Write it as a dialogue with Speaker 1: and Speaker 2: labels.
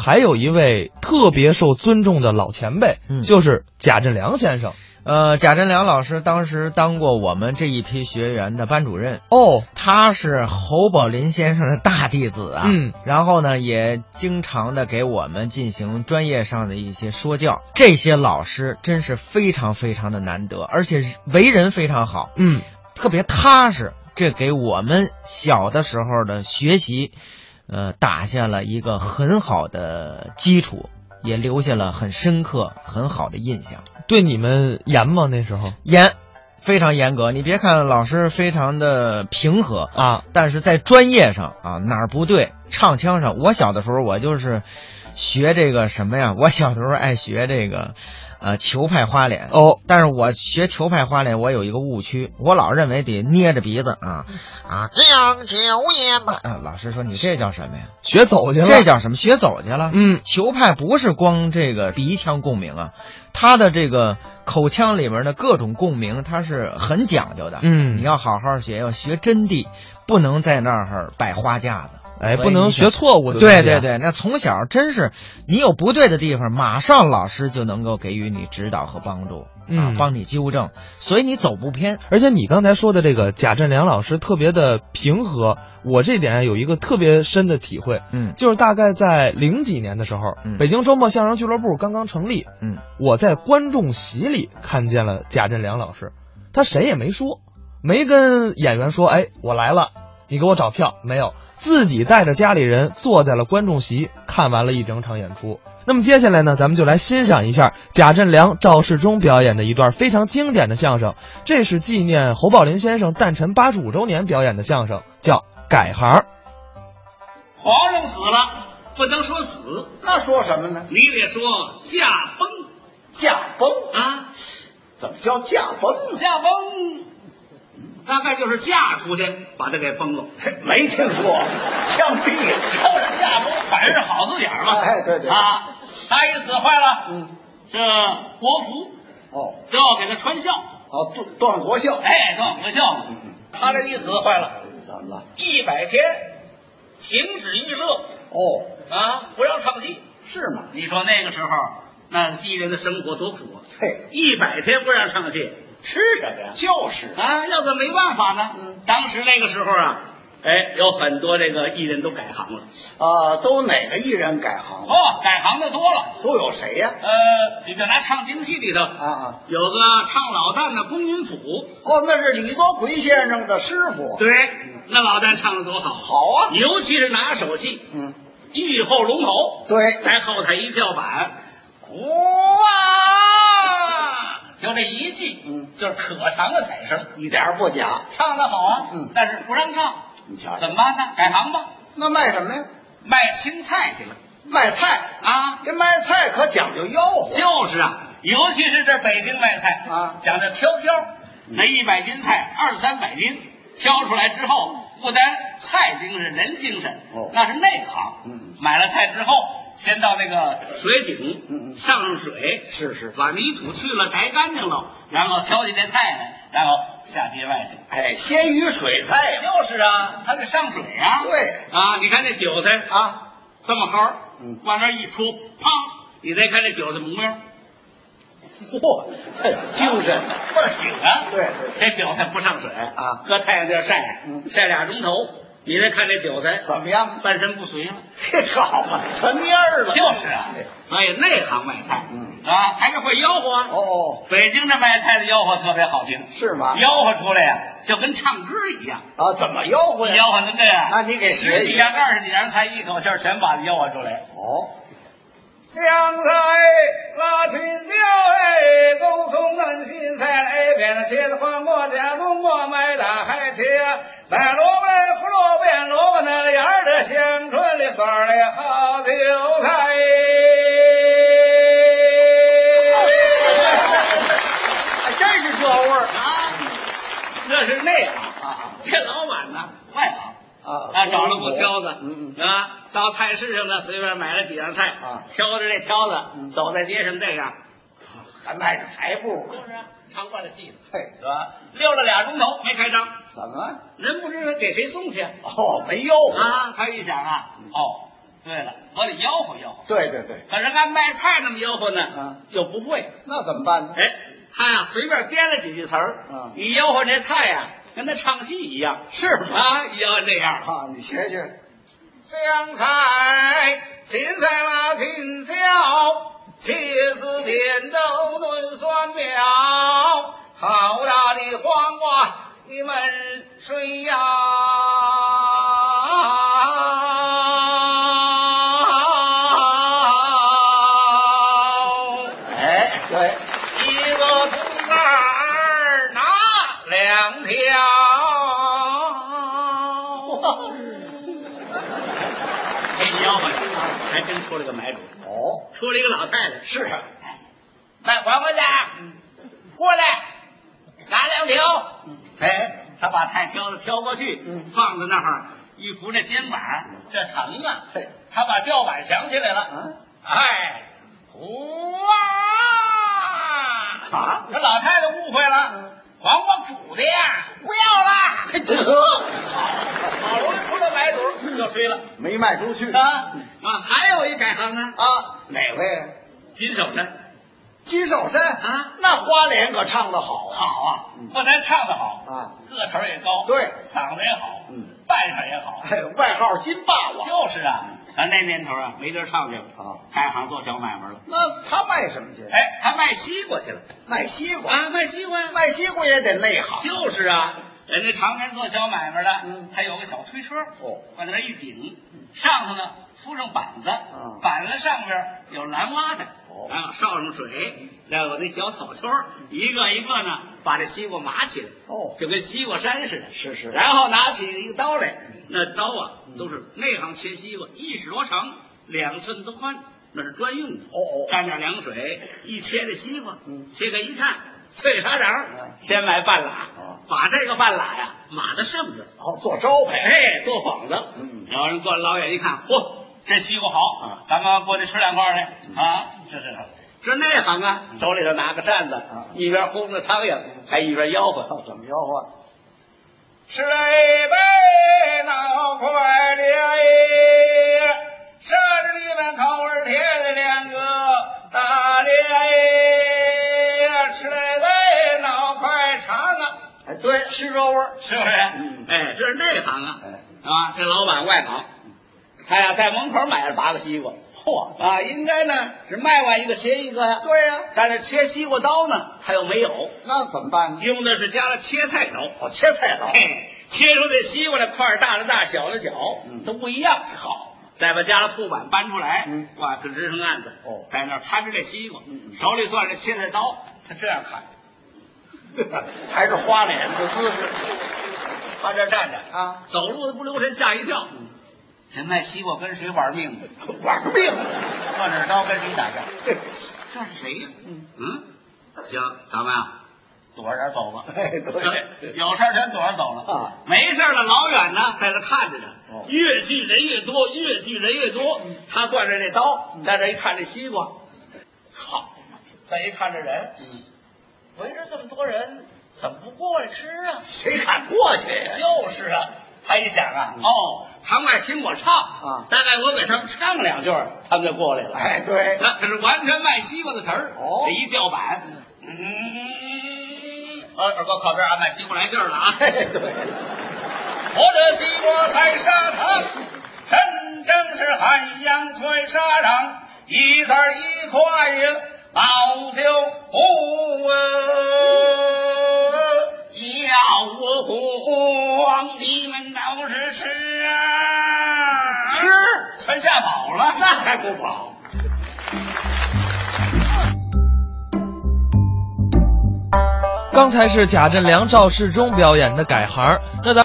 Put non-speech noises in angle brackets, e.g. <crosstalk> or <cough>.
Speaker 1: 还有一位特别受尊重的老前辈，
Speaker 2: 嗯
Speaker 1: 就是贾振良先生。
Speaker 2: 呃，贾振良老师当时当过我们这一批学员的班主任，
Speaker 1: 哦，
Speaker 2: 他是侯宝林先生的大弟子啊。
Speaker 1: 嗯，
Speaker 2: 然后呢，也经常的给我们进行专业上的一些说教。这些老师真是非常非常的难得，而且为人非常好，
Speaker 1: 嗯，
Speaker 2: 特别踏实，这给我们小的时候的学习，呃，打下了一个很好的基础，也留下了很深刻、很好的印象。
Speaker 1: 对你们严吗？那时候
Speaker 2: 严，非常严格。你别看老师非常的平和，
Speaker 1: 啊，
Speaker 2: 但是在专业上啊哪儿不对，唱腔上，我小的时候我就是学这个什么呀？我小时候爱学这个，呃，球派花脸。
Speaker 1: 哦，
Speaker 2: 但是我学球派花脸，我有一个误区，我老认为得捏着鼻子啊啊，将球也罢。啊老师说你这叫什么呀？
Speaker 1: 学走去了。
Speaker 2: 这叫什么？学走去了。
Speaker 1: 嗯，
Speaker 2: 球派不是光这个鼻腔共鸣啊，它的这个口腔里面的各种共鸣，它是很讲究的。
Speaker 1: 嗯
Speaker 2: 你要好好学，要学真谛，不能在那儿摆花架子。
Speaker 1: 哎，
Speaker 2: 所以
Speaker 1: 不能
Speaker 2: 你
Speaker 1: 学
Speaker 2: 想。
Speaker 1: 错误的。啊
Speaker 2: 对对，对，那从小真是，你有不对的地方，马上老师就能够给予你指导和帮助，啊
Speaker 1: 嗯，
Speaker 2: 帮你纠正，所以你走不偏。
Speaker 1: 而且你刚才说的这个贾振良老师特别的平和，我这点有一个特别深的体会，
Speaker 2: 嗯
Speaker 1: 就是大概在零几年的时候，
Speaker 2: 嗯
Speaker 1: 北京周末相声俱乐部刚刚成立，
Speaker 2: 嗯，
Speaker 1: 我在观众席里看见了贾振良老师，他谁也没说，没跟演员说，哎，我来了，你给我找票，没有，自己带着家里人坐在了观众席，看完了一整场演出。那么接下来呢，咱们就来欣赏一下贾振良、赵世忠表演的一段非常经典的相声，这是纪念侯宝林先生诞辰八十五周年表演的相声，叫《改行》。
Speaker 3: 皇上死了，
Speaker 4: 不能说死，
Speaker 3: 那说什么呢？
Speaker 4: 你得说驾崩
Speaker 3: 驾崩？
Speaker 4: 啊，
Speaker 3: 怎么叫驾崩啊？
Speaker 4: 驾崩，大概就是嫁出去，把他给崩了。
Speaker 3: 没听过，枪毙了，驾崩
Speaker 4: 反正是好字眼儿嘛。
Speaker 3: 哎对对
Speaker 4: 啊，大意死坏了，
Speaker 3: 嗯，
Speaker 4: 这国服
Speaker 3: 哦
Speaker 4: 都要给他穿孝，
Speaker 3: 哦，断断国孝，
Speaker 4: 哎，都要给他孝
Speaker 3: 嗯嗯。
Speaker 4: 他这一死坏了，
Speaker 3: 怎么了？
Speaker 4: 一百天停止预热
Speaker 3: 哦，
Speaker 4: 啊，不让唱戏。
Speaker 3: 是吗？
Speaker 4: 你说那个时候，那妓人的生活多苦啊！
Speaker 3: 嘿，
Speaker 4: 一百天不让唱戏，
Speaker 3: 吃什么呀？就是
Speaker 4: 啊，要怎么没办法呢？
Speaker 3: 嗯
Speaker 4: 当时那个时候啊，哎，有很多这个艺人都改行了。
Speaker 3: 啊，都哪个艺人改行了？
Speaker 4: 哦，改行的多了。
Speaker 3: 都有谁呀？
Speaker 4: 呃，你就拿唱京戏里头，
Speaker 3: 啊啊，
Speaker 4: 有个唱老旦的龚云甫，
Speaker 3: 哦，那是李国奎先生的师傅。，
Speaker 4: 对，那老旦唱的多好，
Speaker 3: 嗯好啊。
Speaker 4: 尤其是拿手戏
Speaker 3: 嗯，
Speaker 4: 《玉后龙口》，
Speaker 3: 对，
Speaker 4: 在后台一跳板，哇，就这一句，
Speaker 3: 嗯，
Speaker 4: 就是可长的彩声，
Speaker 3: 一点儿不假。
Speaker 4: 唱的好啊，
Speaker 3: 嗯
Speaker 4: 但是不让唱，
Speaker 3: 你瞧
Speaker 4: 怎
Speaker 3: 瞧，
Speaker 4: 么办呢？改行吧，
Speaker 3: 那卖什么呀？
Speaker 4: 卖青菜去了
Speaker 3: 卖菜，
Speaker 4: 啊！
Speaker 3: 这卖菜可讲究吆喝。
Speaker 4: 就是啊，尤其是这北京卖菜
Speaker 3: 啊
Speaker 4: 讲究挑挑，那一百斤菜二三百斤，挑出来之后，不单菜精神，人精神，
Speaker 3: 哦
Speaker 4: 那是内行。
Speaker 3: 嗯
Speaker 4: 买了菜之后，先到那个水井，
Speaker 3: 嗯嗯
Speaker 4: 上上水，
Speaker 3: 是是
Speaker 4: 把泥土去了，摘干净了，然后挑起这菜来，然后下街外去。
Speaker 3: 哎，鲜鱼水菜
Speaker 4: <laughs>
Speaker 3: 呀、
Speaker 4: 就是啊，它得上水啊。
Speaker 3: 对
Speaker 4: 啊，你看这韭菜
Speaker 3: 啊，
Speaker 4: 这么高，
Speaker 3: 嗯
Speaker 4: 往那儿一戳，砰！你再看这韭菜模样，
Speaker 3: 嚯，嘿精神
Speaker 4: 倍儿挺啊！
Speaker 3: 对对
Speaker 4: 这韭菜不上水
Speaker 3: 啊
Speaker 4: 搁太阳地儿晒，
Speaker 3: 嗯
Speaker 4: 晒俩钟头，你再看这韭菜
Speaker 3: 怎么样？
Speaker 4: 半身不遂了。
Speaker 3: 这好嘛，成蔫儿了。
Speaker 4: 就是啊
Speaker 3: 哎，
Speaker 4: 所以内行卖菜，
Speaker 3: 嗯
Speaker 4: 啊，还得会吆喝啊。
Speaker 3: 哦，啊
Speaker 4: 北京这卖菜的吆喝特别好听，
Speaker 3: 是吗？
Speaker 4: 吆喝出来呀、就跟唱歌一样。
Speaker 3: 啊，怎么吆喝呀？
Speaker 4: 吆喝成这样，
Speaker 3: 那你给
Speaker 4: 十
Speaker 3: 学
Speaker 4: 几
Speaker 3: 一
Speaker 4: 样、
Speaker 3: 下。
Speaker 4: 二十几样菜，一口气儿全把它吆喝出来。
Speaker 3: 哦，香菜拉青椒哎，冬葱嫩新菜哎，扁了茄子黄瓜加冬瓜买大海茄，买萝卜来胡萝卜变萝卜那个芽儿的香椿的蒜儿的好韭菜。哎真是这味儿
Speaker 4: 啊，这是内行
Speaker 3: 啊
Speaker 4: 这老板呢，外行。
Speaker 3: 啊
Speaker 4: 啊，找了把挑子，
Speaker 3: 嗯嗯，
Speaker 4: 啊，到菜市上呢，随便买了几样菜，
Speaker 3: 啊
Speaker 4: 挑着这挑子，
Speaker 3: 嗯啊
Speaker 4: 走在街上这样，
Speaker 3: 还迈着台步，
Speaker 4: 就是啊，常惯了戏了，
Speaker 3: 嘿，
Speaker 4: 是吧？溜了俩钟头没开张，
Speaker 3: 怎么？
Speaker 4: 人不知道给谁送去
Speaker 3: 哦，没吆喝
Speaker 4: 啊。他一想啊，哦，对了，合得吆喝吆喝。
Speaker 3: 对对对，
Speaker 4: 可是按卖菜那么吆喝呢，
Speaker 3: 啊
Speaker 4: 又不会。
Speaker 3: 那怎么办呢？
Speaker 4: 哎，他呀随便编了几句词儿，
Speaker 3: 嗯
Speaker 4: 你吆喝这菜呀，跟他唱戏一样
Speaker 3: 是吗？
Speaker 4: 啊，一吆喝这样。
Speaker 3: 啊，你学学。香菜、芹菜拉青椒，茄子、扁豆炖蒜苗，好大的黄瓜，你们谁呀？哎，对， <laughs> 一个竹竿儿拿两条。
Speaker 4: <laughs> 哎，你吆喝这还真出了个买主，
Speaker 3: 哦，
Speaker 4: 出了一个老太太。
Speaker 3: 是啊，
Speaker 4: 卖黄瓜的，过来拿两条。哎，他把菜挑子挑过去，
Speaker 3: 嗯
Speaker 4: 放在那儿，一扶这肩膀，这疼啊
Speaker 3: 嘿！
Speaker 4: 他把吊板想起来了，
Speaker 3: 嗯
Speaker 4: 哎，胡啊！
Speaker 3: 啊
Speaker 4: 这老太太误会了，黄瓜煮的呀，不要
Speaker 3: 哎
Speaker 4: 了。嗯好容易出了买主，就追了
Speaker 3: 没卖出去
Speaker 4: 啊啊！还有一改行呢，
Speaker 3: 啊！
Speaker 4: 哪
Speaker 3: 哪
Speaker 4: 位？
Speaker 3: 位？
Speaker 4: 金手山。
Speaker 3: 金手山
Speaker 4: 啊
Speaker 3: 那花脸可唱得好啊！
Speaker 4: 好啊
Speaker 3: 嗯，
Speaker 4: 不但唱得好
Speaker 3: 啊，
Speaker 4: 个头儿也高，
Speaker 3: 对，
Speaker 4: 嗓子也好，
Speaker 3: 嗯，
Speaker 4: 扮上也好，
Speaker 3: 哎，外号金霸王。
Speaker 4: 就是啊，咱那年头啊没地儿唱去了
Speaker 3: 啊
Speaker 4: 改行做小买卖了。
Speaker 3: 那他卖什么去？
Speaker 4: 哎，他卖西瓜去了
Speaker 3: 卖西瓜，
Speaker 4: 啊，卖西瓜呀，
Speaker 3: 卖西瓜也得内行。
Speaker 4: 就是啊，人家常年做小买卖的
Speaker 3: 嗯，
Speaker 4: 他有个小推车，
Speaker 3: 哦，
Speaker 4: 往那儿一顶，上头呢铺上板子
Speaker 3: 啊，
Speaker 4: 板子上边有蓝蛙的
Speaker 3: 哦，嗯
Speaker 4: 啊，烧上水，再有那小草圈儿，一个一个呢把这西瓜码起来，
Speaker 3: 哦
Speaker 4: 就跟西瓜山似的，
Speaker 3: 是是
Speaker 4: 然后拿起一个刀来，那刀啊
Speaker 3: 嗯
Speaker 4: 都是内行切西瓜，一尺多长，两寸多宽，那是专用的。
Speaker 3: 哦哦
Speaker 4: 沾点凉水，一切这西瓜，
Speaker 3: 嗯
Speaker 4: 切开一看，脆沙瓤儿
Speaker 3: 嗯，
Speaker 4: 先买半拉
Speaker 3: 哦，
Speaker 4: 把这个半拉呀码在上边儿。
Speaker 3: 好做招牌。
Speaker 4: 哎，做幌子。
Speaker 3: 嗯
Speaker 4: 然后人过来老远一看，嚯，这西瓜好，
Speaker 3: 啊嗯
Speaker 4: 咱们过去吃两块儿去啊！这是这内行啊，手里头拿个扇子，
Speaker 3: 啊
Speaker 4: 一边轰着苍蝇，还一边吆喝。啊
Speaker 3: 怎么吆喝？
Speaker 4: 吃一杯脑快的哎，舌着里面口儿贴的两个大的哎，吃一杯脑快长啊，
Speaker 3: 哎，对，是这味儿。
Speaker 4: 是不是？
Speaker 3: 嗯
Speaker 4: 哎，这是内行啊，
Speaker 3: 哎
Speaker 4: 啊，这老板外行，他哎呀在门口买了八个西瓜，嚯啊，应该呢是卖完一个切一个呀，
Speaker 3: 对呀、
Speaker 4: 但是切西瓜刀呢他又没有，
Speaker 3: 那怎么办呢？
Speaker 4: 用的是加了切菜刀，
Speaker 3: 我切菜刀。
Speaker 4: 嘿，切出这西瓜的块儿大的大，小的小，
Speaker 3: 嗯
Speaker 4: 都不一样。好，再把加了醋板搬出来，
Speaker 3: 嗯
Speaker 4: 哇，跟支成案子。
Speaker 3: 哦
Speaker 4: 在那儿摊着这西瓜，
Speaker 3: 嗯嗯
Speaker 4: 手里攥着切菜刀，他这样看，
Speaker 3: 还是花脸的
Speaker 4: <laughs>
Speaker 3: 姿势
Speaker 4: 他这站着，
Speaker 3: 啊，嗯
Speaker 4: 走路都不留神吓一跳。这卖西瓜跟谁玩命呢？
Speaker 3: 玩命！
Speaker 4: 攥着刀跟谁打
Speaker 3: <laughs>
Speaker 4: 架？
Speaker 3: 嘿
Speaker 4: 这是谁呀？
Speaker 3: 嗯
Speaker 4: 嗯，行，咱们啊，躲着点走吧。
Speaker 3: <laughs> 哎
Speaker 4: <laughs>
Speaker 3: 对
Speaker 4: 有事儿全躲着走了
Speaker 3: 啊
Speaker 4: 没事儿了，老远呢在这看着呢。
Speaker 3: 哦嗯
Speaker 4: 越聚人越多，越聚人越多。他攥着这刀，在这一看这西瓜，好，再一看这人，
Speaker 3: 嗯，
Speaker 4: 围着这么多人，怎么不过来吃啊？
Speaker 3: 谁敢过去呀？
Speaker 4: 就是啊，他一想啊，哦，他们爱听我唱
Speaker 3: 嗯啊
Speaker 4: 大概我给他们唱两句儿，他们就过来了。
Speaker 3: 哎，对，
Speaker 4: 那可是完全卖西瓜的词儿。
Speaker 3: 哦
Speaker 4: 这一叫板，嗯，呃，二哥靠边啊，卖西瓜来劲儿了啊！
Speaker 3: 哎， <laughs> 对，
Speaker 4: 我这西瓜在沙塘，真正是汉阳脆沙瓤，一字儿一块呀，老哦就不啊要我慌，你们倒是吃啊，吃，全吓跑了，那还不跑？
Speaker 1: 刚才是贾振良、赵世忠表演的改行，那咱。